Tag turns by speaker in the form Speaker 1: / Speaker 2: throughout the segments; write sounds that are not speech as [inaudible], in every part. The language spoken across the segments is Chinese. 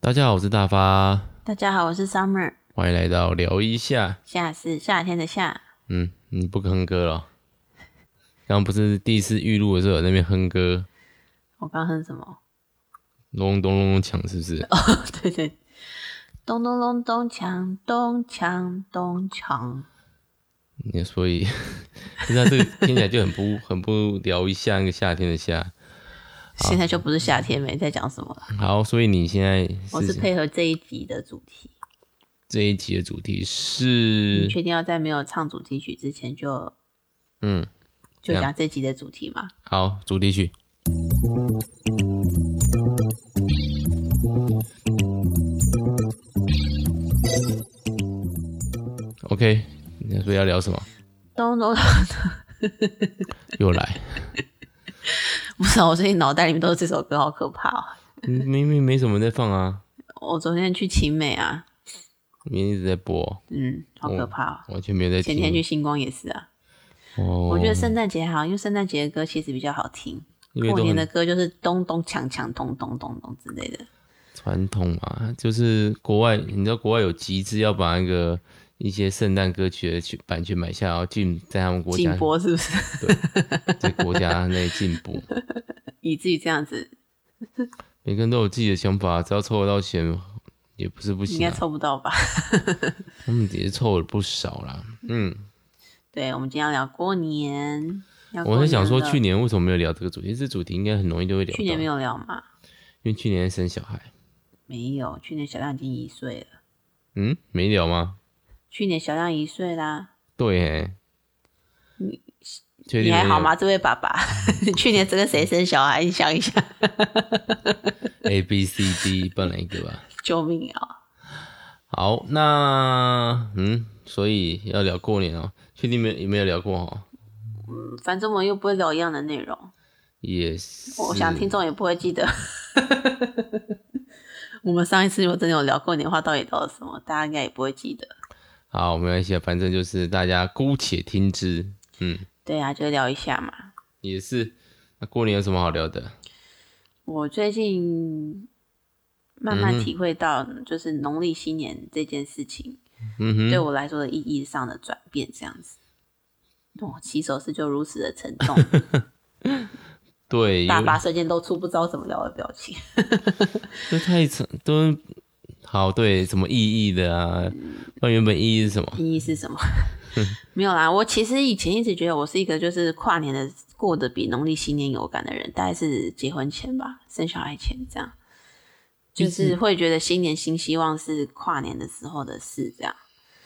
Speaker 1: 大家好，我是大发，
Speaker 2: 大家好，我是 Summer，
Speaker 1: 欢迎来到聊一下。
Speaker 2: 夏是夏天的夏，
Speaker 1: 嗯，你不哼歌了哦？刚刚不是第一次预录的时候有那边哼歌，
Speaker 2: 我刚哼什么？ [laughs]
Speaker 1: 隆咚隆咚锵，是不是？
Speaker 2: 哦对对，咚咚咚咚锵，咚锵咚锵，
Speaker 1: 你所以， [laughs] 现在这个听起来就很不很不聊一下那个夏天的夏。
Speaker 2: 现在就不是夏天没在讲什么了，
Speaker 1: 好，所以你现在
Speaker 2: 我是配合这一集的主题。
Speaker 1: 这一集的主题
Speaker 2: 你
Speaker 1: 是，
Speaker 2: 确定要在没有唱主题曲之前就
Speaker 1: 嗯，这
Speaker 2: 就
Speaker 1: 样
Speaker 2: 讲这集的主题吗？
Speaker 1: 好，主题曲。OK，那所以要聊
Speaker 2: [laughs]
Speaker 1: 什么？
Speaker 2: 咚咚 [laughs] 咚，
Speaker 1: 又来，
Speaker 2: 不是啊，我最近脑袋里面都是这首歌，好可怕哦！
Speaker 1: 嗯明明没什么在放啊，
Speaker 2: 我昨天去晴美啊，
Speaker 1: 明明一直在播，
Speaker 2: 嗯，好可怕哦。
Speaker 1: 完全没有在听。
Speaker 2: 前天去星光也是啊，
Speaker 1: 哦，
Speaker 2: 我觉得圣诞节还好，因为圣诞节的歌其实比较好听。
Speaker 1: 因为
Speaker 2: 过
Speaker 1: 都
Speaker 2: 年的
Speaker 1: 很
Speaker 2: 歌就是咚咚锵锵咚咚咚咚之类的。
Speaker 1: 传统嘛，就是国外，你知道国外有集资要把那个一些圣诞歌曲的去版权买下，然后进在他们国
Speaker 2: 禁
Speaker 1: 家
Speaker 2: 播是不是？ [laughs]
Speaker 1: 在国家内进步。
Speaker 2: 以至于这样子，
Speaker 1: 每个人都有自己的想法，只要凑得到钱，也不是不
Speaker 2: 应
Speaker 1: 行、
Speaker 2: 该
Speaker 1: 啊。
Speaker 2: 凑不到吧？
Speaker 1: 他们也是凑了不少啦。嗯，
Speaker 2: 对，我们今天要聊过年。要过
Speaker 1: 我在想说，
Speaker 2: 年了
Speaker 1: 去年为什么没有聊这个主题？这主题应该很容易就会聊到。
Speaker 2: 去年没，有聊嘛？
Speaker 1: 因为去年生小孩。
Speaker 2: 没有，去年小亮已经一岁了。
Speaker 1: 嗯，没聊吗？
Speaker 2: 去年小亮一岁啦，
Speaker 1: 对、欸，你确
Speaker 2: 你
Speaker 1: 定
Speaker 2: 还
Speaker 1: 没
Speaker 2: 好
Speaker 1: 有？
Speaker 2: 吗？这位爸 [laughs] 爸，去年这个谁生小孩？你想一下，
Speaker 1: ？A B C D，不然哪一个吧？
Speaker 2: 救命啊！
Speaker 1: 好，那嗯，所以要聊过年哦、确定没有没有聊过哦、
Speaker 2: 嗯反正我们又不会聊一样的内容，
Speaker 1: 也是。
Speaker 2: 我想听众也不会记得。 [laughs] 我们上一次如果真的有聊过年的话，到底聊了什么？大家应该也不会记得。
Speaker 1: 好，没关系，啊，反正就是大家姑且听之。嗯，
Speaker 2: 对啊，就聊一下嘛。
Speaker 1: 也是。那过年有什么好聊的？
Speaker 2: 我最近
Speaker 1: 嗯
Speaker 2: 慢慢体会到，就是农历新年这件事情、
Speaker 1: 嗯哼，
Speaker 2: 对我来说的意义上的转变，这样子。哦，起手式就如此的沉
Speaker 1: [laughs]
Speaker 2: 重，
Speaker 1: 对，
Speaker 2: 大
Speaker 1: 有
Speaker 2: 把时间都出不知道怎么聊的表情。
Speaker 1: 这太长都好对，什么意义的啊？那原本意义是什么？
Speaker 2: 意义是
Speaker 1: [laughs]
Speaker 2: 什么？没有啦，我其实以前一直觉得我是一个就是跨年的过得比农历新年有感的人，大概是结婚前吧，生小孩前这样，就是会觉得新年新希望是跨年的时候的事这样。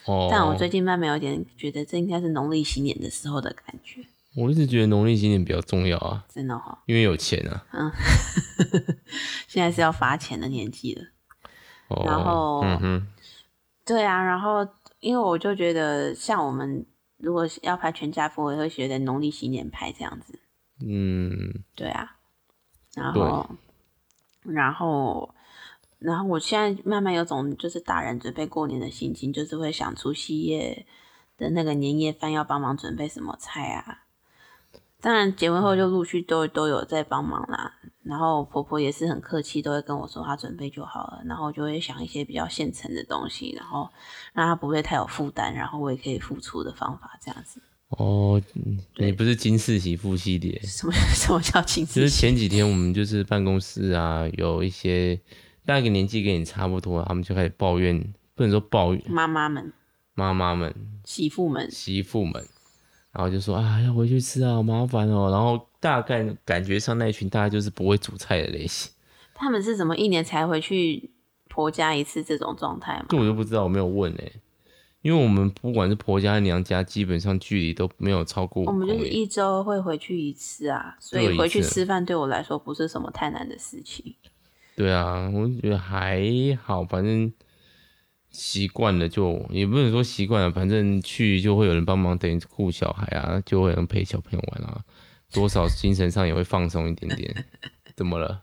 Speaker 1: 哦，
Speaker 2: 但我最近慢慢有点觉得，这应该是农历新年的时候的感觉，
Speaker 1: 我一直觉得农历新年比较重要啊，
Speaker 2: 真的哈、
Speaker 1: 因为有钱啊。
Speaker 2: 现在是要发钱的年纪了。
Speaker 1: 哦，
Speaker 2: 然后
Speaker 1: 嗯哼，
Speaker 2: 对啊，然后因为我就觉得，像我们如果要拍全家福，我也会觉得农历新年拍这样子。
Speaker 1: 嗯，
Speaker 2: 对啊，然后，然后，然后我现在慢慢有种就是大人准备过年的心情，就是会想除夕夜的那个年夜饭要帮忙准备什么菜啊。当然，结婚后
Speaker 1: 嗯
Speaker 2: 就陆续都都有在帮忙啦。然后婆婆也是很客气，都会跟我说她准备就好了。然后我就会想一些比较现成的东西，然后让她不会太有负担，然后我也可以付出的方法，这样子。
Speaker 1: 哦，嗯你不是金世媳夫妻的，
Speaker 2: 什么 [laughs] 什么叫亲
Speaker 1: 其
Speaker 2: 自
Speaker 1: 实前几天我们就是办公室啊，有一些大概年纪跟你差不多，啊他们就开始抱怨，不能说抱怨
Speaker 2: 妈妈们、
Speaker 1: 妈妈们、
Speaker 2: 媳妇们
Speaker 1: 媳妇们，然后就说啊要回去吃啊，好麻烦哦。然后大概感觉上那一群大概就是不会煮菜的类型，
Speaker 2: 他们是怎么一年才回去婆家一次这种状态吗？
Speaker 1: 这我就不知道，我没有问哎、因为我们不管是婆家还是娘家，基本上距离都没有超过五
Speaker 2: 我
Speaker 1: 公
Speaker 2: 们就是
Speaker 1: 里。
Speaker 2: 一周会回去一次啊，所
Speaker 1: 对一
Speaker 2: 以
Speaker 1: 次
Speaker 2: 回去吃饭对我来说不是什么太难的事情。
Speaker 1: 对啊，我就觉得还好，反正习惯了就也不能说习惯了，反正去就会有人帮忙，等于顾小孩啊，就会有人陪小朋友玩啊，多少精神上也会放松一点
Speaker 2: [laughs]
Speaker 1: 点。怎么了？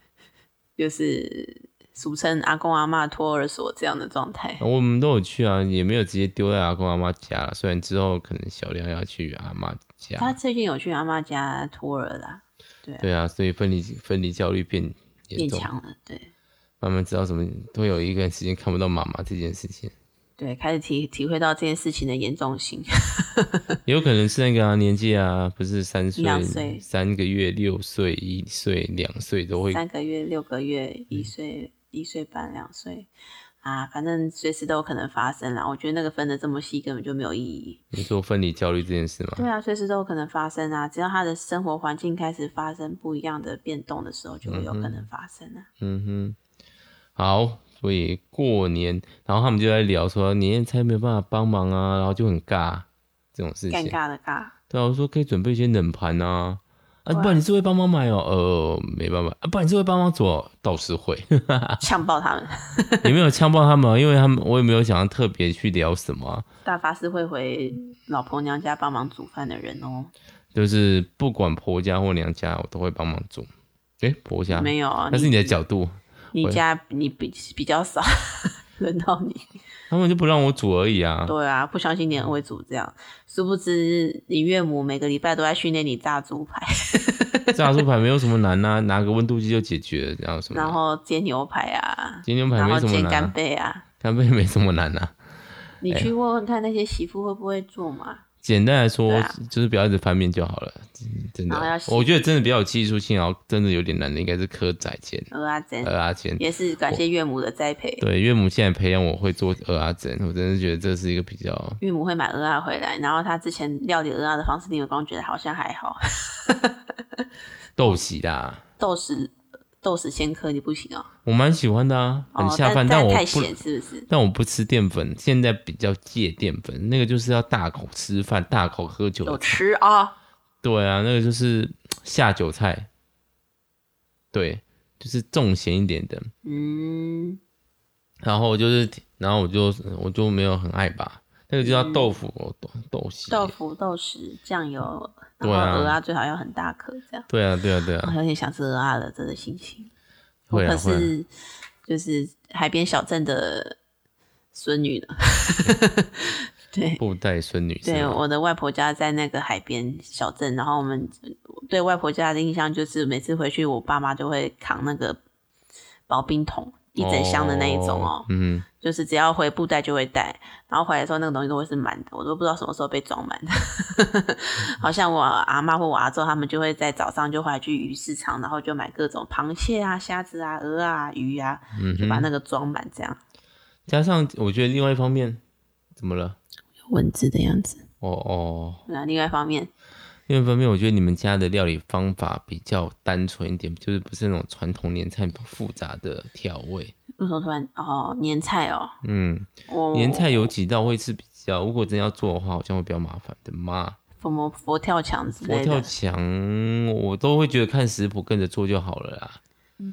Speaker 2: 就是俗称阿公阿嬷托儿所这样的状态。
Speaker 1: 我们都有去啊，也没有直接丢在阿公阿妈家了。虽然之后可能小亮要去阿妈
Speaker 2: 他
Speaker 1: 家，
Speaker 2: 最近有去阿嬷家托儿啦，
Speaker 1: 对啊，所以分离分离焦虑变严
Speaker 2: 变
Speaker 1: 重。
Speaker 2: 强了，对。
Speaker 1: 慢慢知道什么，会有一段时间看不到妈妈这件事情。
Speaker 2: 对，开始体体会到这件事情的严重性。
Speaker 1: 也有可能是那个、啊、年纪啊，不是三岁、
Speaker 2: 两岁
Speaker 1: 三个月、六岁、一岁、两岁都会。
Speaker 2: 三个月、六个月、一岁、一岁半、两岁啊，反正随时都有可能发生啦。我觉得那个分的这么细，根本就没有意义。
Speaker 1: 你说分离焦虑这件事吗？
Speaker 2: 对啊，随时都有可能发生啊。只要他的生活环境开始发生不一样的变动的时候，就会有可能发生啊。
Speaker 1: 嗯哼，好。所以过年，然后他们就在聊说年夜菜没有办法帮忙啊，然后就很尬这种事情，
Speaker 2: 尴尬的尬。
Speaker 1: 对啊，我说可以准备一些冷盘啊，啊，不然你是会帮忙买哦，呃，没办法，啊，不然你是会帮忙做，倒是会， [laughs]
Speaker 2: 呛爆他们， [laughs]
Speaker 1: 也没有呛爆他们，哦因为他们我也没有想要特别去聊什么、啊。
Speaker 2: 大发是会回老婆娘家帮忙煮饭的人哦，
Speaker 1: 就是不管婆家或娘家，我都会帮忙煮。哎、欸，婆家
Speaker 2: 没有啊，
Speaker 1: 那是你的角度。
Speaker 2: 你家你比比较少， [laughs] 轮到你，
Speaker 1: 他们就不让我煮而已啊。
Speaker 2: 对啊，不相信你很会煮这样，殊不知你岳母每个礼拜都在训练你炸猪排。
Speaker 1: 炸猪排没有什么难啊，拿个温度计就解决了，然后什么。
Speaker 2: 然后煎牛排啊，
Speaker 1: 煎牛排嗯没什么难、啊。
Speaker 2: 煎干贝啊，
Speaker 1: 干贝没什么难啊。
Speaker 2: 你去问问看那些媳妇会不会做嘛？
Speaker 1: 简单来说，啊、就是不要一直翻面就好了，嗯真的。我觉得真的比较有技术性，然后真的有点难的，应该是蚵仔煎、
Speaker 2: 鹅阿煎、
Speaker 1: 鹅阿煎，
Speaker 2: 也是感谢岳母的栽培。
Speaker 1: 对，岳母现在培养我会做鹅阿煎，我真的觉得这是一个比较。
Speaker 2: 岳母会买鹅阿啊回来，然后她之前料理鹅啊阿的方式，你有刚觉得好像还好。哦
Speaker 1: 豆豉啦，
Speaker 2: 豆豉豆豉鲜科你不行哦。
Speaker 1: 啊我蛮喜欢的啊，很下饭，
Speaker 2: 哦、
Speaker 1: 但我
Speaker 2: 太咸是不是？
Speaker 1: 但我不吃淀粉，现在比较戒淀粉，那个就是要大口吃饭、大口喝酒。
Speaker 2: 有吃啊、哦？
Speaker 1: 对啊，那个就是下酒菜，对，就是重咸一点的。
Speaker 2: 嗯。
Speaker 1: 然后就是，然后我就我就没有很爱吧，那个就叫豆腐、豆豆豉、
Speaker 2: 嗯豆腐、豆豉、酱油，
Speaker 1: 对
Speaker 2: 啊，鹅啊最好要很大颗这样。
Speaker 1: 对啊，对啊，对啊。
Speaker 2: 我有点想吃鹅啊了，这个心情。
Speaker 1: 会啊、
Speaker 2: 哦可是，就是海边小镇的孙女呢。对，
Speaker 1: 布袋孙女。
Speaker 2: 对，我的外婆家在那个海边小镇，然后我们对外婆家的印象就是每次回去，我爸妈就会扛那个薄冰桶一整箱的那一种哦、
Speaker 1: 喔。嗯。
Speaker 2: 就是只要回布袋就会带，然后回来的时候那个东西都会是满的，我都不知道什么时候被装满的。 [laughs] 好像我阿妈或我阿周他们就会在早上就回来去鱼市场，然后就买各种螃蟹啊、虾子啊、鹅啊、鱼啊，就把那个装满这样、
Speaker 1: 嗯。加上我觉得另外一方面，怎么了？
Speaker 2: 文字的样子。
Speaker 1: 哦哦。
Speaker 2: 那啊另外一方面，
Speaker 1: 另外一方面，我觉得你们家的料理方法比较单纯一点，就是不是那种传统年菜复杂的调味。
Speaker 2: 为什么突然哦年菜哦？
Speaker 1: 嗯，年菜有几道会是比较，如果真要做的话，好像会比较麻烦的嘛。
Speaker 2: 什么佛跳墙之
Speaker 1: 的。
Speaker 2: 类
Speaker 1: 佛跳墙我都会觉得看食谱跟着做就好了啦。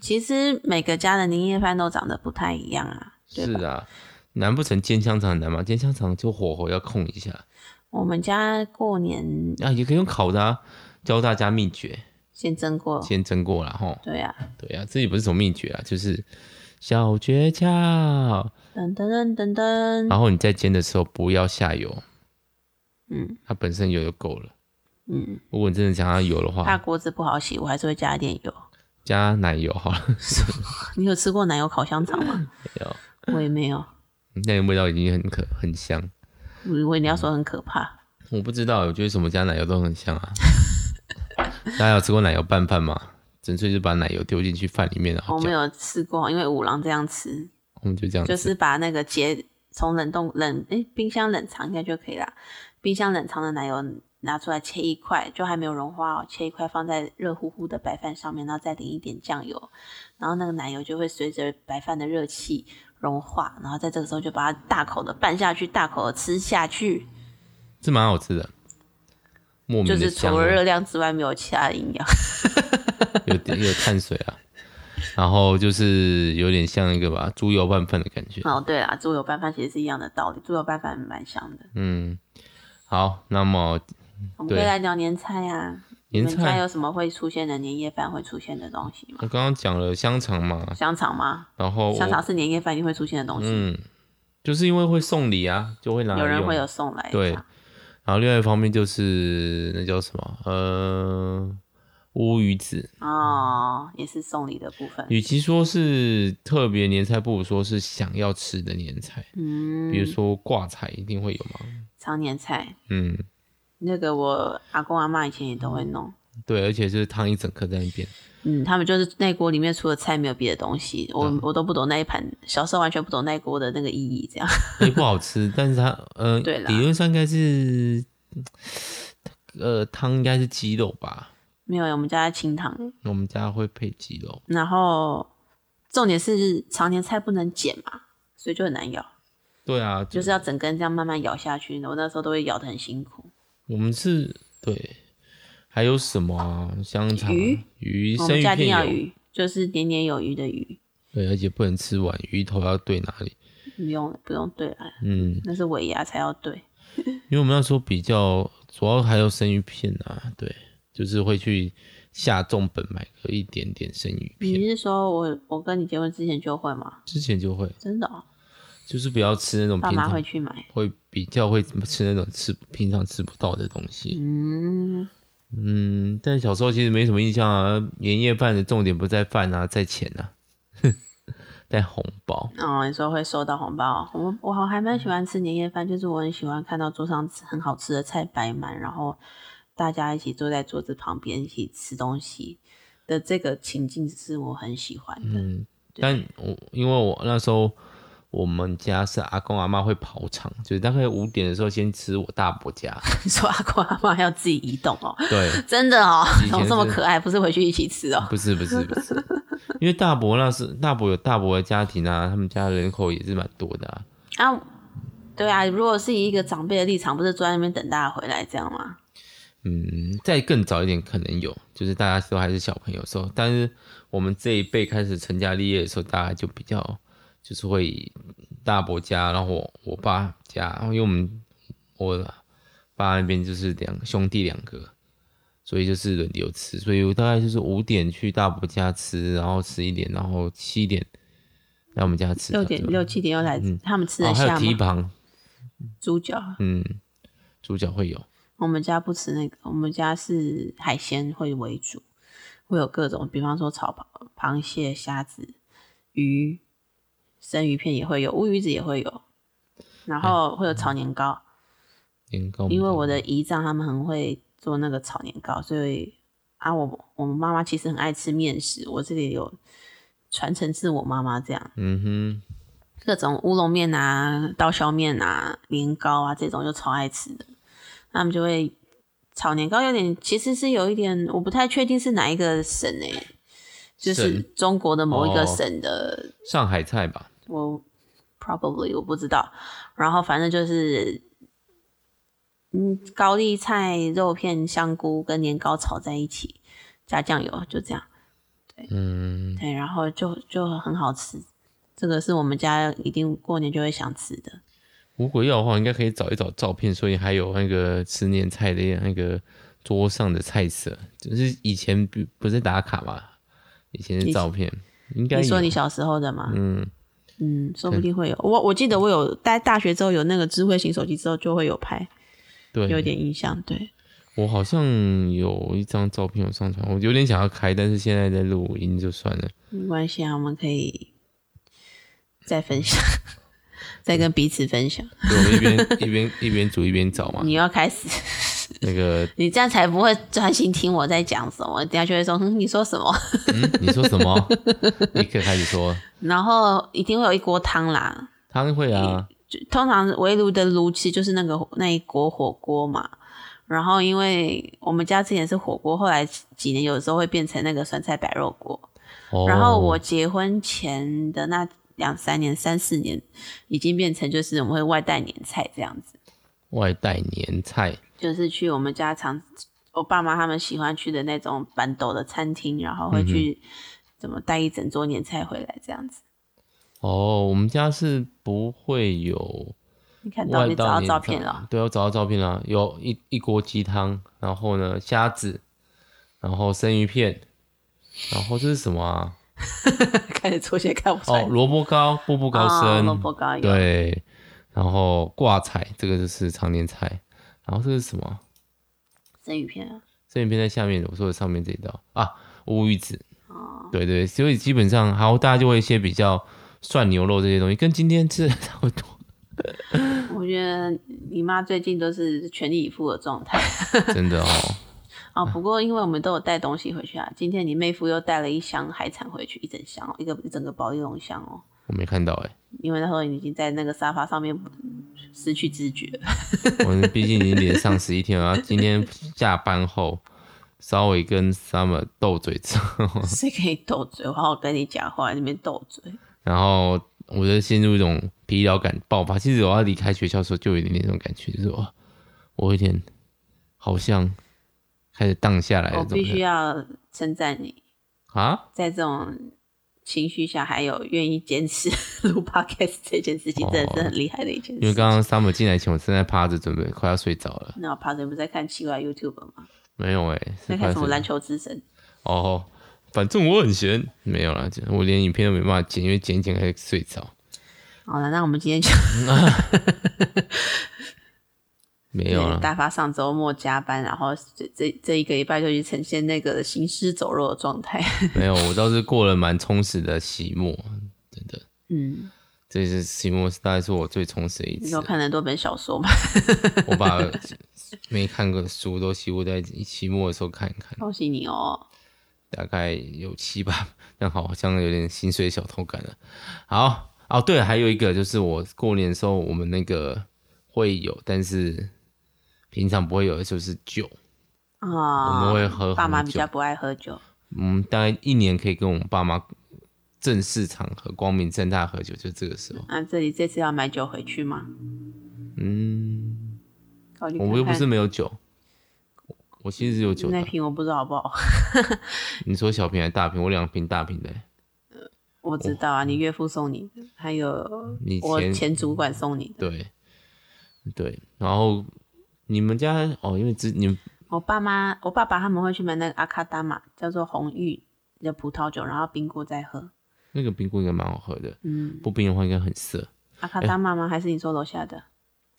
Speaker 2: 其实每个家的年夜饭都长得不太一样啊，对
Speaker 1: 是啊，难不成煎香肠难吗？煎香肠就火候要控一下。
Speaker 2: 我们家过年
Speaker 1: 啊，也可以用烤的、啊，教大家秘诀。
Speaker 2: 先蒸过，
Speaker 1: 先蒸过了哈。
Speaker 2: 对呀、
Speaker 1: 啊，对呀、啊，这也不是什么秘诀啊，就是。小诀窍，
Speaker 2: 噔噔噔噔噔。
Speaker 1: 然后你在煎的时候不要下油，
Speaker 2: 嗯，
Speaker 1: 它本身油就够了，
Speaker 2: 嗯。
Speaker 1: 如果你真的想要油的话，
Speaker 2: 大锅子不好洗，我还是会加一点油， [laughs]
Speaker 1: 加奶油好了。 [laughs]
Speaker 2: 你有吃过奶油烤香肠吗？
Speaker 1: 没有，
Speaker 2: 我也没有。
Speaker 1: 那个味道已经很可很香，
Speaker 2: 我以为你要说很可怕。
Speaker 1: 我不知道，我觉得什么加奶油都很香
Speaker 2: [laughs]
Speaker 1: 啊。大家有吃过奶油拌饭吗？纯粹就把奶油丢进去饭里面了。
Speaker 2: 哦我没有吃过，因为五郎这样吃，
Speaker 1: 我们就这样，
Speaker 2: 就是把那个结从冷冻冷哎、欸、冰箱冷藏应该就可以啦。冰箱冷藏的奶油拿出来切一块，就还没有融化哦，切一块放在热乎乎的白饭上面，然后再淋一点酱油，然后那个奶油就会随着白饭的热气融化，然后在这个时候就把它大口的拌下去，大口的吃下去，
Speaker 1: 是蛮好吃的。莫名
Speaker 2: 就是除了热量之外没有其他营养。 [laughs]
Speaker 1: 有有碳水啊，然后就是有点像一个吧猪油拌饭的感觉。
Speaker 2: 哦，对啦，猪油拌饭其实是一样的道理，猪油拌饭蛮香的。
Speaker 1: 嗯，好，那么
Speaker 2: 我们可以来聊年菜啊。
Speaker 1: 年菜
Speaker 2: 你们家有什么会出现的年夜饭会出现的东西吗？
Speaker 1: 我刚刚讲了香肠嘛，
Speaker 2: 香肠吗？
Speaker 1: 然后
Speaker 2: 香肠是年夜饭一定会出现的东西。
Speaker 1: 哦嗯，就是因为会送礼啊，就会拿
Speaker 2: 有人会有送来。
Speaker 1: 对，然后另外一方面就是那叫什么呃。乌鱼子。
Speaker 2: 哦，也是送礼的部分。
Speaker 1: 与其说是特别年菜，不如说是想要吃的年菜。
Speaker 2: 嗯，
Speaker 1: 比如说挂菜一定会有嘛。
Speaker 2: 常年菜，
Speaker 1: 嗯，
Speaker 2: 那个我阿公阿妈以前也都会弄。
Speaker 1: 对，而且就是汤一整颗在那
Speaker 2: [laughs]
Speaker 1: 边。
Speaker 2: 嗯，他们就是那锅里面除了菜没有别的东西，我、
Speaker 1: 嗯
Speaker 2: 我都不懂那一盘，小时候完全不懂那一锅的那个意义，这样。 [laughs]
Speaker 1: 也不好吃，但是它呃，
Speaker 2: 对啦
Speaker 1: 理论上应该是，呃，汤应该是鸡肉吧？
Speaker 2: 没有，我们家清汤，
Speaker 1: 我们家会配鸡肉，
Speaker 2: 然后重点是常年菜不能剪嘛，所以就很难咬，
Speaker 1: 对啊，就
Speaker 2: 就是要整根这样慢慢咬下去。我那时候都会咬得很辛苦。
Speaker 1: 我们是对，还有什么啊？香肠、
Speaker 2: 鱼、我
Speaker 1: 生
Speaker 2: 们
Speaker 1: 鱼
Speaker 2: 家一定要
Speaker 1: 片有，
Speaker 2: 鱼，就是年年有余的鱼，
Speaker 1: 对，而且不能吃完，鱼头要对哪里？
Speaker 2: 不用不用对啊，
Speaker 1: 嗯，
Speaker 2: 那是尾牙才要
Speaker 1: [laughs]
Speaker 2: 对。
Speaker 1: 因为我们那时候比较主要还有生鱼片啊，对，就是会去下重本买个一点点生鱼片，
Speaker 2: 你是说我我跟你结婚之前就会吗？
Speaker 1: 之前就会，
Speaker 2: 真的、哦，
Speaker 1: 就是不要吃那种
Speaker 2: 爸
Speaker 1: 平
Speaker 2: 妈
Speaker 1: 常
Speaker 2: 会去买。
Speaker 1: 会比较会吃那种吃平常吃不到的东西。
Speaker 2: 嗯，
Speaker 1: 嗯，但小时候其实没什么印象啊。年夜饭的重点不在饭啊，在钱啊， [laughs] 在红包。
Speaker 2: 哦，你说会收到红包，我我好还蛮喜欢吃年夜饭，就是我很喜欢看到桌上吃很好吃的菜摆满，然后大家一起坐在桌子旁边一起吃东西的这个情境是我很喜欢 [laughs] 的。
Speaker 1: 嗯，但我因为我那时候我们家是阿公阿妈会跑场，就是大概五点的时候先吃我大伯家。
Speaker 2: 你说阿公阿妈要自己移动哦，
Speaker 1: 对，
Speaker 2: 真的哦
Speaker 1: 以前，是
Speaker 2: 怎么这么可爱？不是回去一起吃哦？
Speaker 1: 不是不是不是，因为大伯那是大伯有大伯的家庭啊，他们家人口也是蛮多的啊。
Speaker 2: 啊，对啊，如果是以一个长辈的立场，不是坐在那边等大家回来这样吗？
Speaker 1: 嗯，再更早一点可能有，就是大家都还是小朋友的时候，但是我们这一辈开始成家立业的时候，大家就比较就是会以大伯家，然后我我爸家，因为我们我爸那边就是两兄弟两个，所以就是轮流吃，所以我大概就是五点去大伯家吃，然后十一点，然后七点来我们家吃，
Speaker 2: 六点
Speaker 1: 啊对吧
Speaker 2: 六七点又来，他们吃
Speaker 1: 哦，
Speaker 2: 得
Speaker 1: 还有
Speaker 2: 下
Speaker 1: 蹄
Speaker 2: 吗？
Speaker 1: 膀，
Speaker 2: 猪脚，
Speaker 1: 嗯，猪脚会有，
Speaker 2: 我们家不吃那个，我们家是海鲜会为主，会有各种，比方说炒螃螃蟹、虾子、鱼、生鱼片也会有，乌鱼子也会有，然后会有炒年糕。
Speaker 1: 年糕
Speaker 2: 因为我的姨丈他们很会做那个炒年糕，所以啊，我我们妈妈其实很爱吃面食，我这里有传承自我妈妈这样。
Speaker 1: 嗯哼。
Speaker 2: 各种乌龙面啊、刀削面啊、年糕啊这种就超爱吃的，那他们就会炒年糕，有点其实是有一点，我不太确定是哪一个省诶、就是
Speaker 1: 省
Speaker 2: 中国的某一
Speaker 1: 哦
Speaker 2: 个省的，
Speaker 1: 上海菜吧，
Speaker 2: 我 probably 我不知道，然后反正就是。嗯，高丽菜、肉片、香菇跟年糕炒在一起，加酱油，就这样。
Speaker 1: 嗯，
Speaker 2: 对，然后就就很好吃，这个是我们家一定过年就会想吃的。
Speaker 1: 如果要的话，应该可以找一找照片，所以还有那个吃年菜的那个桌上的菜色，就是以前不不是打卡嘛，以前的照片应该
Speaker 2: 你
Speaker 1: 有
Speaker 2: 说你小时候的吗？
Speaker 1: 嗯，
Speaker 2: 嗯，说不定会有。我我记得我有在大学之后有那个智慧型手机之后就会有拍，有
Speaker 1: 对，
Speaker 2: 点印象。对，
Speaker 1: 我好像有一张照片有上传，我有点想要开，但是现在在录音就算
Speaker 2: [laughs]
Speaker 1: 了。
Speaker 2: 没关系啊，我们可以再分享， [laughs] 再跟彼此分享。
Speaker 1: 对我们一边一边一边煮一边找嘛
Speaker 2: 你，要开始，
Speaker 1: 那个
Speaker 2: 你这样才不会专心听我在讲什么，等一下就会说、嗯、你说什么， [laughs]
Speaker 1: 嗯，你说什么？立刻开始说，
Speaker 2: 然后一定会有一锅汤啦。
Speaker 1: 汤会啊，
Speaker 2: 就通常围炉的炉其实就是那个那一锅火锅嘛。然后因为我们家之前是火锅，后来几年有时候会变成那个酸菜白肉锅。
Speaker 1: 哦
Speaker 2: 然后我结婚前的那两三年、三四年，已经变成就是我们会外带年菜这样子，
Speaker 1: 外带年菜，
Speaker 2: 就是去我们家常我爸妈他们喜欢去的那种板斗的餐厅，然后会
Speaker 1: 嗯
Speaker 2: 去怎么带一整桌年菜回来这样子。
Speaker 1: 哦，我们家是不会有
Speaker 2: 你看到
Speaker 1: 外
Speaker 2: 你找
Speaker 1: 道
Speaker 2: 到
Speaker 1: 年
Speaker 2: 照
Speaker 1: 菜
Speaker 2: 片了，，
Speaker 1: 对，我找到照片了，有一一锅鸡汤，然后呢虾子，然后生鱼片，然后这是什么啊？
Speaker 2: [laughs] 开始出现看不出来哦
Speaker 1: 哦，。萝卜糕，步步高升，
Speaker 2: 萝卜糕有
Speaker 1: 对，然后挂菜，这个就是常年菜，然后这是什么啊？
Speaker 2: 生鱼片啊，
Speaker 1: 生鱼片在下面，我说的上面这一道啊，乌鱼子，
Speaker 2: 哦，
Speaker 1: 对对，所以基本上好，大家就会一些比较涮牛肉这些东西，跟今天吃的差不多。 [laughs]
Speaker 2: 我觉得你妈最近都是全力以赴的状
Speaker 1: [laughs]
Speaker 2: 态
Speaker 1: 真的哦，
Speaker 2: 啊、不过因为我们都有带东西回去啊，今天你妹夫又带了一箱海产回去，一整箱哦，一个一整个保利龙箱哦。
Speaker 1: 我没看到哎、
Speaker 2: 因为那时候你已经在那个沙发上面嗯失去知觉了，
Speaker 1: 我们毕竟已经连上十一天了，然后今天下班后稍微跟 Summer 斗嘴之
Speaker 2: [laughs]
Speaker 1: 后，
Speaker 2: 谁可以斗嘴？我好好跟你讲话，在那边斗嘴。
Speaker 1: 然后我就陷入一种疲劳感爆发。其实我要离开学校的时候，就有一点点这种感觉，就是哇，我有点好像开始荡下来
Speaker 2: 我
Speaker 1: 了，
Speaker 2: 哦必须
Speaker 1: 要
Speaker 2: 要称赞你，
Speaker 1: 啊，
Speaker 2: 在这种情绪下还有愿意坚持 [laughs] 录 podcast 这件事情，真的是很厉害的一件事。
Speaker 1: 因为刚刚 Summer 进来前，我正在趴着准备快要睡着了，
Speaker 2: 那我怕你不是在看奇怪的 YouTube 吗？
Speaker 1: 没有哎、是
Speaker 2: 在
Speaker 1: 快
Speaker 2: 看
Speaker 1: 要
Speaker 2: 什
Speaker 1: 睡
Speaker 2: 么
Speaker 1: 着
Speaker 2: 篮球之神？
Speaker 1: 哦，反正我很闲，没有啦，我连影片都没办法剪，因为剪一剪开始睡着。
Speaker 2: 好了，那我们今天就
Speaker 1: 没有啊啦，
Speaker 2: 大发上周末加班，然后这这这一个礼拜就去呈现那个行尸走肉的状态。 [laughs]
Speaker 1: 没有，我倒是过了蛮充实的期末，真的，
Speaker 2: 嗯，
Speaker 1: 这次期末是大概是我最充实的一
Speaker 2: 你
Speaker 1: 次
Speaker 2: 有。看了多本小说吗？
Speaker 1: 我把 [laughs] 没看过的书都几乎在期末的时候看一看，
Speaker 2: 恭喜你哦！
Speaker 1: 大概有七八，但好像有点薪水小偷感了。好，哦，对了，还有一个就是我过年的时候，我们那个会有，但是平常不会有的就是酒，
Speaker 2: 啊，
Speaker 1: 我们会喝
Speaker 2: 爸妈
Speaker 1: 很
Speaker 2: 比
Speaker 1: 久
Speaker 2: 较不爱喝酒，
Speaker 1: 嗯，大概一年可以跟我们爸妈正式场合、光明正大喝酒，就这个时候。
Speaker 2: 那、啊这里这次要买酒回去吗？
Speaker 1: 嗯，
Speaker 2: 考虑
Speaker 1: 我
Speaker 2: 看
Speaker 1: 们又不
Speaker 2: 看
Speaker 1: 是没有酒，我其实有酒
Speaker 2: 那
Speaker 1: 的。
Speaker 2: 瓶我不知道好不好喝，
Speaker 1: 你说小瓶还是大瓶？我两瓶大瓶的、
Speaker 2: 我知道啊，你岳父送你的，还有
Speaker 1: 你
Speaker 2: 我
Speaker 1: 前
Speaker 2: 前主管送你的，
Speaker 1: 对，对。然后你们家哦，因为之你们
Speaker 2: 我爸妈我爸爸他们会去买那个阿卡达玛，叫做红玉的葡萄酒，然后冰过再喝。
Speaker 1: 那个冰棍应该蛮好喝的，
Speaker 2: 嗯，
Speaker 1: 不冰的话应该很涩。
Speaker 2: 阿卡达玛吗？还是你说楼下的？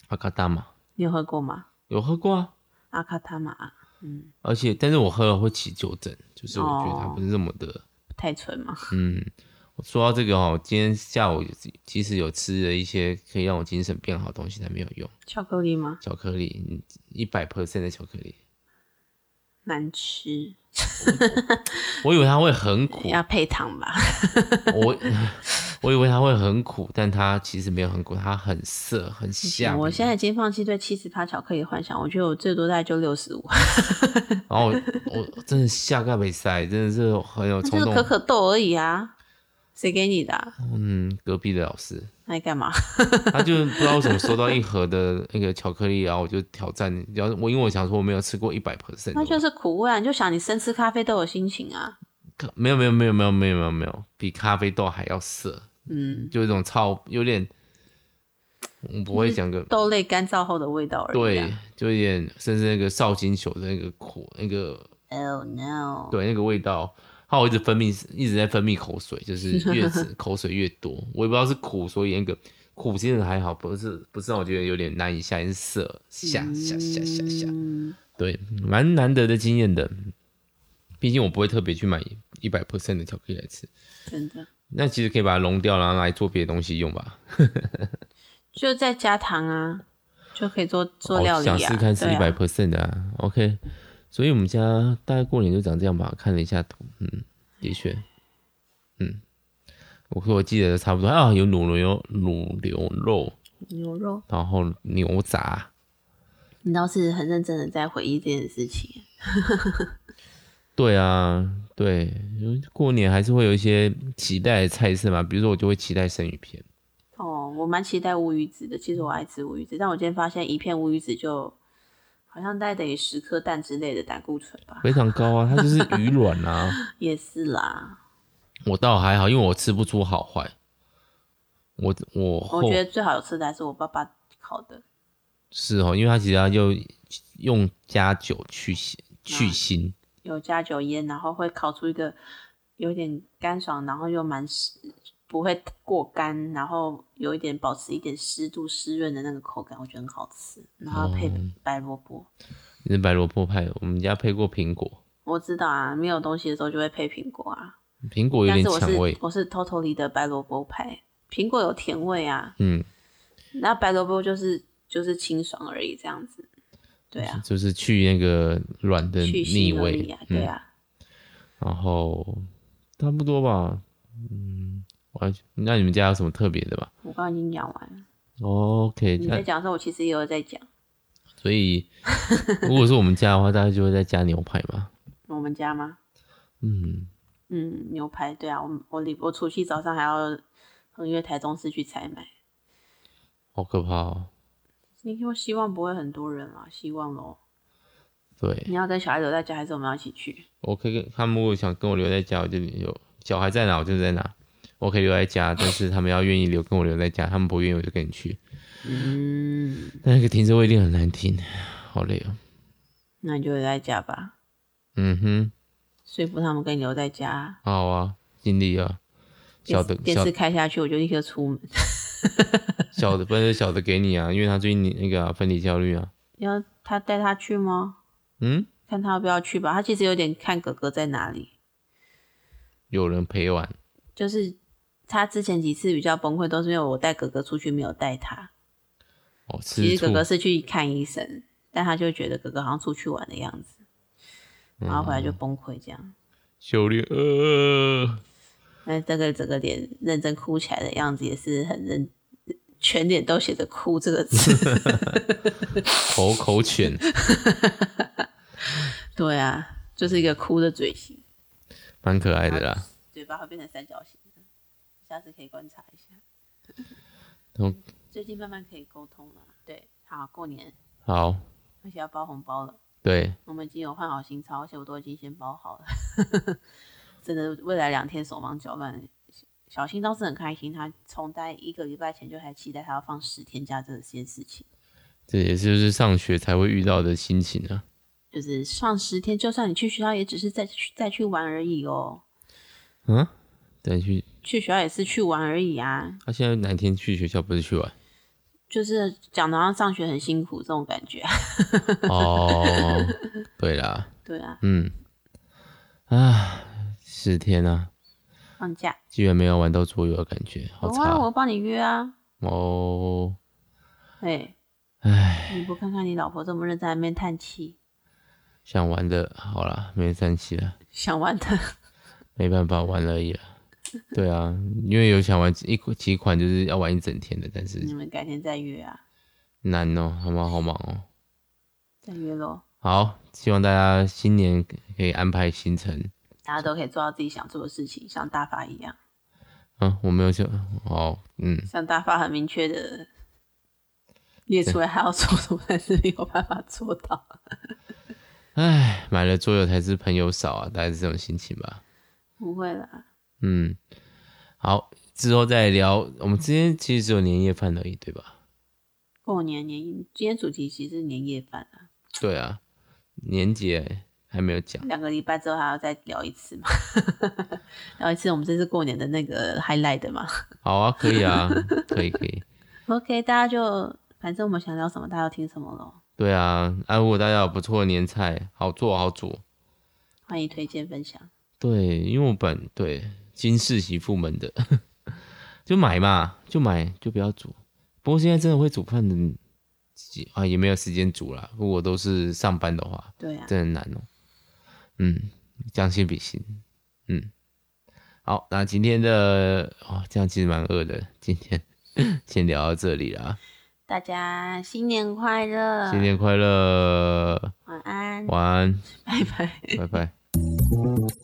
Speaker 1: 阿卡大嘛，
Speaker 2: 你有喝过吗？
Speaker 1: 有喝过啊，
Speaker 2: 阿卡达玛，嗯，
Speaker 1: 而且但是我喝了会起酒疹，就是我觉得它
Speaker 2: 哦
Speaker 1: 不是那么的。
Speaker 2: 太纯嘛。
Speaker 1: 嗯，我说到这个哦，今天下午其实有吃了一些可以让我精神变好的东西，但没有用。
Speaker 2: 巧克力吗？
Speaker 1: 巧克力，嗯一百 percent 的巧克力，
Speaker 2: 难吃，
Speaker 1: 我以为它会很苦，
Speaker 2: 要配糖吧？
Speaker 1: 我 [laughs] 我以为它会很苦，但它其实没有很苦，它很涩，很香。
Speaker 2: 嗯 [laughs] 我现在已经放弃对七十趴巧克力的幻想，我觉得我最多大概就六十五，
Speaker 1: 然后我我真的下个北塞，真的是很有
Speaker 2: 那就
Speaker 1: 冲
Speaker 2: 是
Speaker 1: 动
Speaker 2: 可。可豆而已啊，谁给你的、啊？
Speaker 1: 嗯，隔壁的老师，
Speaker 2: 那你干嘛？
Speaker 1: 他就不知道为什么收到一盒的那个巧克力，然后我就挑战，然后我因为我想说我没有吃过一百 percent，
Speaker 2: 那就是苦味啊！你就想你生吃咖啡豆有心情啊，
Speaker 1: 没有没有没有没有没有没有没有，比咖啡豆还要涩，
Speaker 2: 嗯，
Speaker 1: 就有一种超有点，我不会讲个
Speaker 2: 豆类干燥后的味道而已、
Speaker 1: 对
Speaker 2: 啊。，
Speaker 1: 就有点甚至那个绍兴酒的那个苦那个
Speaker 2: Oh no！
Speaker 1: 对那个味道，它我一直分泌一直在分泌口水，就是越吃口水越多，我也不知道是苦，所以那个苦其实还好，不是不是让我觉得有点难以下咽，是涩下下下下下，
Speaker 2: 嗯，
Speaker 1: 对，蛮难得的经验的，毕竟我不会特别去买一百 percent 的巧克力来吃。
Speaker 2: 真的，
Speaker 1: 那其实可以把它溶掉，然后拿来做别的东西用吧。
Speaker 2: 就再加糖啊，就可以做做
Speaker 1: 我
Speaker 2: 料理啊。
Speaker 1: 哦想试看是
Speaker 2: 对
Speaker 1: 一百
Speaker 2: 啊，
Speaker 1: percent 的、啊、，OK。所以我们家大概过年就长这样吧。看了一下图，嗯，的确，嗯，我我记得差不多啊，有卤牛卤牛肉，
Speaker 2: 牛肉，
Speaker 1: 然后牛杂，
Speaker 2: 你倒是很认真的在回忆这件事情。
Speaker 1: 对啊，对，因为过年还是会有一些期待的菜色嘛，比如说我就会期待生鱼片，
Speaker 2: 哦，我蛮期待乌鱼子的，其实我爱吃乌鱼子，但我今天发现一片乌鱼子就好像大概等于十颗蛋之类的胆固醇吧，
Speaker 1: 非常高啊，它就是鱼卵
Speaker 2: [laughs]
Speaker 1: 啊。
Speaker 2: 也是啦。
Speaker 1: 我倒还好，因为我吃不出好坏。我我
Speaker 2: 我
Speaker 1: 后
Speaker 2: 觉得最好吃的还是我爸爸烤的。
Speaker 1: 是哦，因为它其实它就用加酒去腥
Speaker 2: 啊
Speaker 1: 去腥，
Speaker 2: 有加酒烟，然后会烤出一个有点干爽，然后又蛮湿，不会过干，然后有一点
Speaker 1: 哦
Speaker 2: 保持一点湿度湿润的那个口感，我觉得很好吃。然后配白萝卜，
Speaker 1: 你是白萝卜派的，我们家配过苹果，
Speaker 2: 我知道啊，没有东西的时候就会配苹果啊，
Speaker 1: 苹果有
Speaker 2: 但
Speaker 1: 点
Speaker 2: 是我
Speaker 1: 抢
Speaker 2: 是
Speaker 1: 味，
Speaker 2: 我是偷偷里的白萝卜派，苹果有甜味啊，
Speaker 1: 嗯，
Speaker 2: 那白萝卜就是就是清爽而已这样子，对啊，
Speaker 1: 就是去那个软的
Speaker 2: 去
Speaker 1: 腻
Speaker 2: 腥而
Speaker 1: 味
Speaker 2: 已啊，，对
Speaker 1: 嗯，
Speaker 2: 啊，
Speaker 1: 然后差不多吧，嗯，我还那你们家有什么特别的吧
Speaker 2: 我刚刚已经讲完了，
Speaker 1: ？OK，
Speaker 2: 你
Speaker 1: 那
Speaker 2: 在讲的时候，我其实也有在讲
Speaker 1: 所以如果是我们家的话，大概就会再加牛排吧，
Speaker 2: 我们家吗？
Speaker 1: 嗯，
Speaker 2: 嗯，牛排，对啊，我我礼我除夕早上还要横越台中市去采买。
Speaker 1: 好可怕哦，
Speaker 2: 你说希望不会很多人啊，希望咯。
Speaker 1: 对。
Speaker 2: 你要跟小孩留在家，还是我们要一起去？
Speaker 1: 我可以跟他们如果想跟我留在家，我就留；小孩在哪，我就在哪。我可以留在家，但是他们要愿意留，跟我留在家；他们不愿意，我就跟你去。
Speaker 2: 嗯，
Speaker 1: 但那个停车位一定很难停，好累哦。
Speaker 2: 那你就留在家吧，
Speaker 1: 嗯哼，
Speaker 2: 说服他们跟你留在家。
Speaker 1: 好啊，尽力啊。
Speaker 2: 电
Speaker 1: 小
Speaker 2: 视
Speaker 1: 的
Speaker 2: 电
Speaker 1: 小
Speaker 2: 视开下去，我就立刻出门。
Speaker 1: 小的，不然就小的给你啊，因为他最近那个啊、分离焦虑啊。
Speaker 2: 你要他带他去吗？
Speaker 1: 嗯，
Speaker 2: 看他要不要去吧。他其实有点看哥哥在哪里，
Speaker 1: 有人陪玩，
Speaker 2: 就是他之前几次比较崩溃，都是因为我带哥哥出去，没有带他。
Speaker 1: 哦，
Speaker 2: 其
Speaker 1: 吃
Speaker 2: 实
Speaker 1: 醋
Speaker 2: 哥哥是去看医生，但他就觉得哥哥好像出去玩的样子，
Speaker 1: 嗯
Speaker 2: 然后回来就崩溃这样。
Speaker 1: 修炼，呃，
Speaker 2: 那这个整个脸认真哭起来的样子也是很认，全脸都写着“哭”这个
Speaker 1: [laughs]
Speaker 2: 字。
Speaker 1: 口口犬。
Speaker 2: [laughs] 对啊，就是一个哭的嘴型，
Speaker 1: 蛮可爱的啦。
Speaker 2: 嘴巴会变成三角形的，下次可以观察一下。
Speaker 1: 嗯
Speaker 2: 最近慢慢可以沟通了。对，好，过年
Speaker 1: 好，
Speaker 2: 而且要包红包了，
Speaker 1: 对，
Speaker 2: 我们已经有换好新钞，而且我都已经先包好了。 [laughs] 真的，未来两天手忙脚乱。小新倒是很开心，他从大概一个礼拜前就还期待他要放十天假这些事情。
Speaker 1: 这也就是上学才会遇到的心情啊。
Speaker 2: 就是上十天，就算你去学校，也只是再去再去玩而已哦。
Speaker 1: 嗯，等去
Speaker 2: 去学校也是去玩而已啊，
Speaker 1: 他现在哪天去学校不是去玩？
Speaker 2: 就是讲的好像上学很辛苦这种感觉啊。 [laughs]
Speaker 1: 哦，对啦，
Speaker 2: 对啊，
Speaker 1: 嗯，啊，十天啊，
Speaker 2: 放假
Speaker 1: 居然没有玩到桌游的感觉，好
Speaker 2: 有
Speaker 1: 差
Speaker 2: 啊，我帮你约啊。
Speaker 1: 哦。
Speaker 2: 哎，
Speaker 1: 唉，
Speaker 2: 你不看看你老婆这么认真在那边叹气，
Speaker 1: 想玩的，好啦，没三期了，
Speaker 2: 想玩的，
Speaker 1: 没办法玩而已啦。对啊，因为有想玩一几款，就是要玩一整天的，但是
Speaker 2: 你们改天再约啊，
Speaker 1: 难哦，他们好忙哦。
Speaker 2: 再约咯。
Speaker 1: 好，希望大家新年可以安排行程。
Speaker 2: 大家都可以做到自己想做的事情，像大发一样，
Speaker 1: 嗯，我没有想，哦，嗯，
Speaker 2: 像大发很明确的列出来他要做什么，但是没有办法做到。
Speaker 1: 唉，买了桌游才是朋友少啊，大概是这种心情吧。
Speaker 2: 不会啦，
Speaker 1: 嗯，好，之后再聊。我们之间其实只有年夜饭而已，对吧？
Speaker 2: 过年年今天主题其实是年夜饭啊。
Speaker 1: 对啊，年节还没有讲。
Speaker 2: 两个礼拜之后还要再聊一次嘛， [laughs] 聊一次我们这次过年的那个 highlight 嘛。
Speaker 1: 好啊，可以啊，可以可以。
Speaker 2: OK，大家就反正我们想聊什么，大家要听什么咯。
Speaker 1: 对啊，啊，如果大家有不错的年菜，好做好煮。
Speaker 2: 欢迎推荐分享。
Speaker 1: 对，因为我本对金氏媳妇们的， [laughs] 就买嘛，就买，就不要煮。不过现在真的会煮饭的啊，也没有时间煮啦。如果都是上班的话，
Speaker 2: 对啊，
Speaker 1: 真的很难哦。嗯，将心比心。嗯，好，那今天的哦，这样其实蛮饿的。今天 [laughs] 先聊到这里啦，
Speaker 2: 大家新年快乐，
Speaker 1: 新年快乐，
Speaker 2: 晚安，
Speaker 1: 晚安，
Speaker 2: 拜拜。
Speaker 1: 拜拜。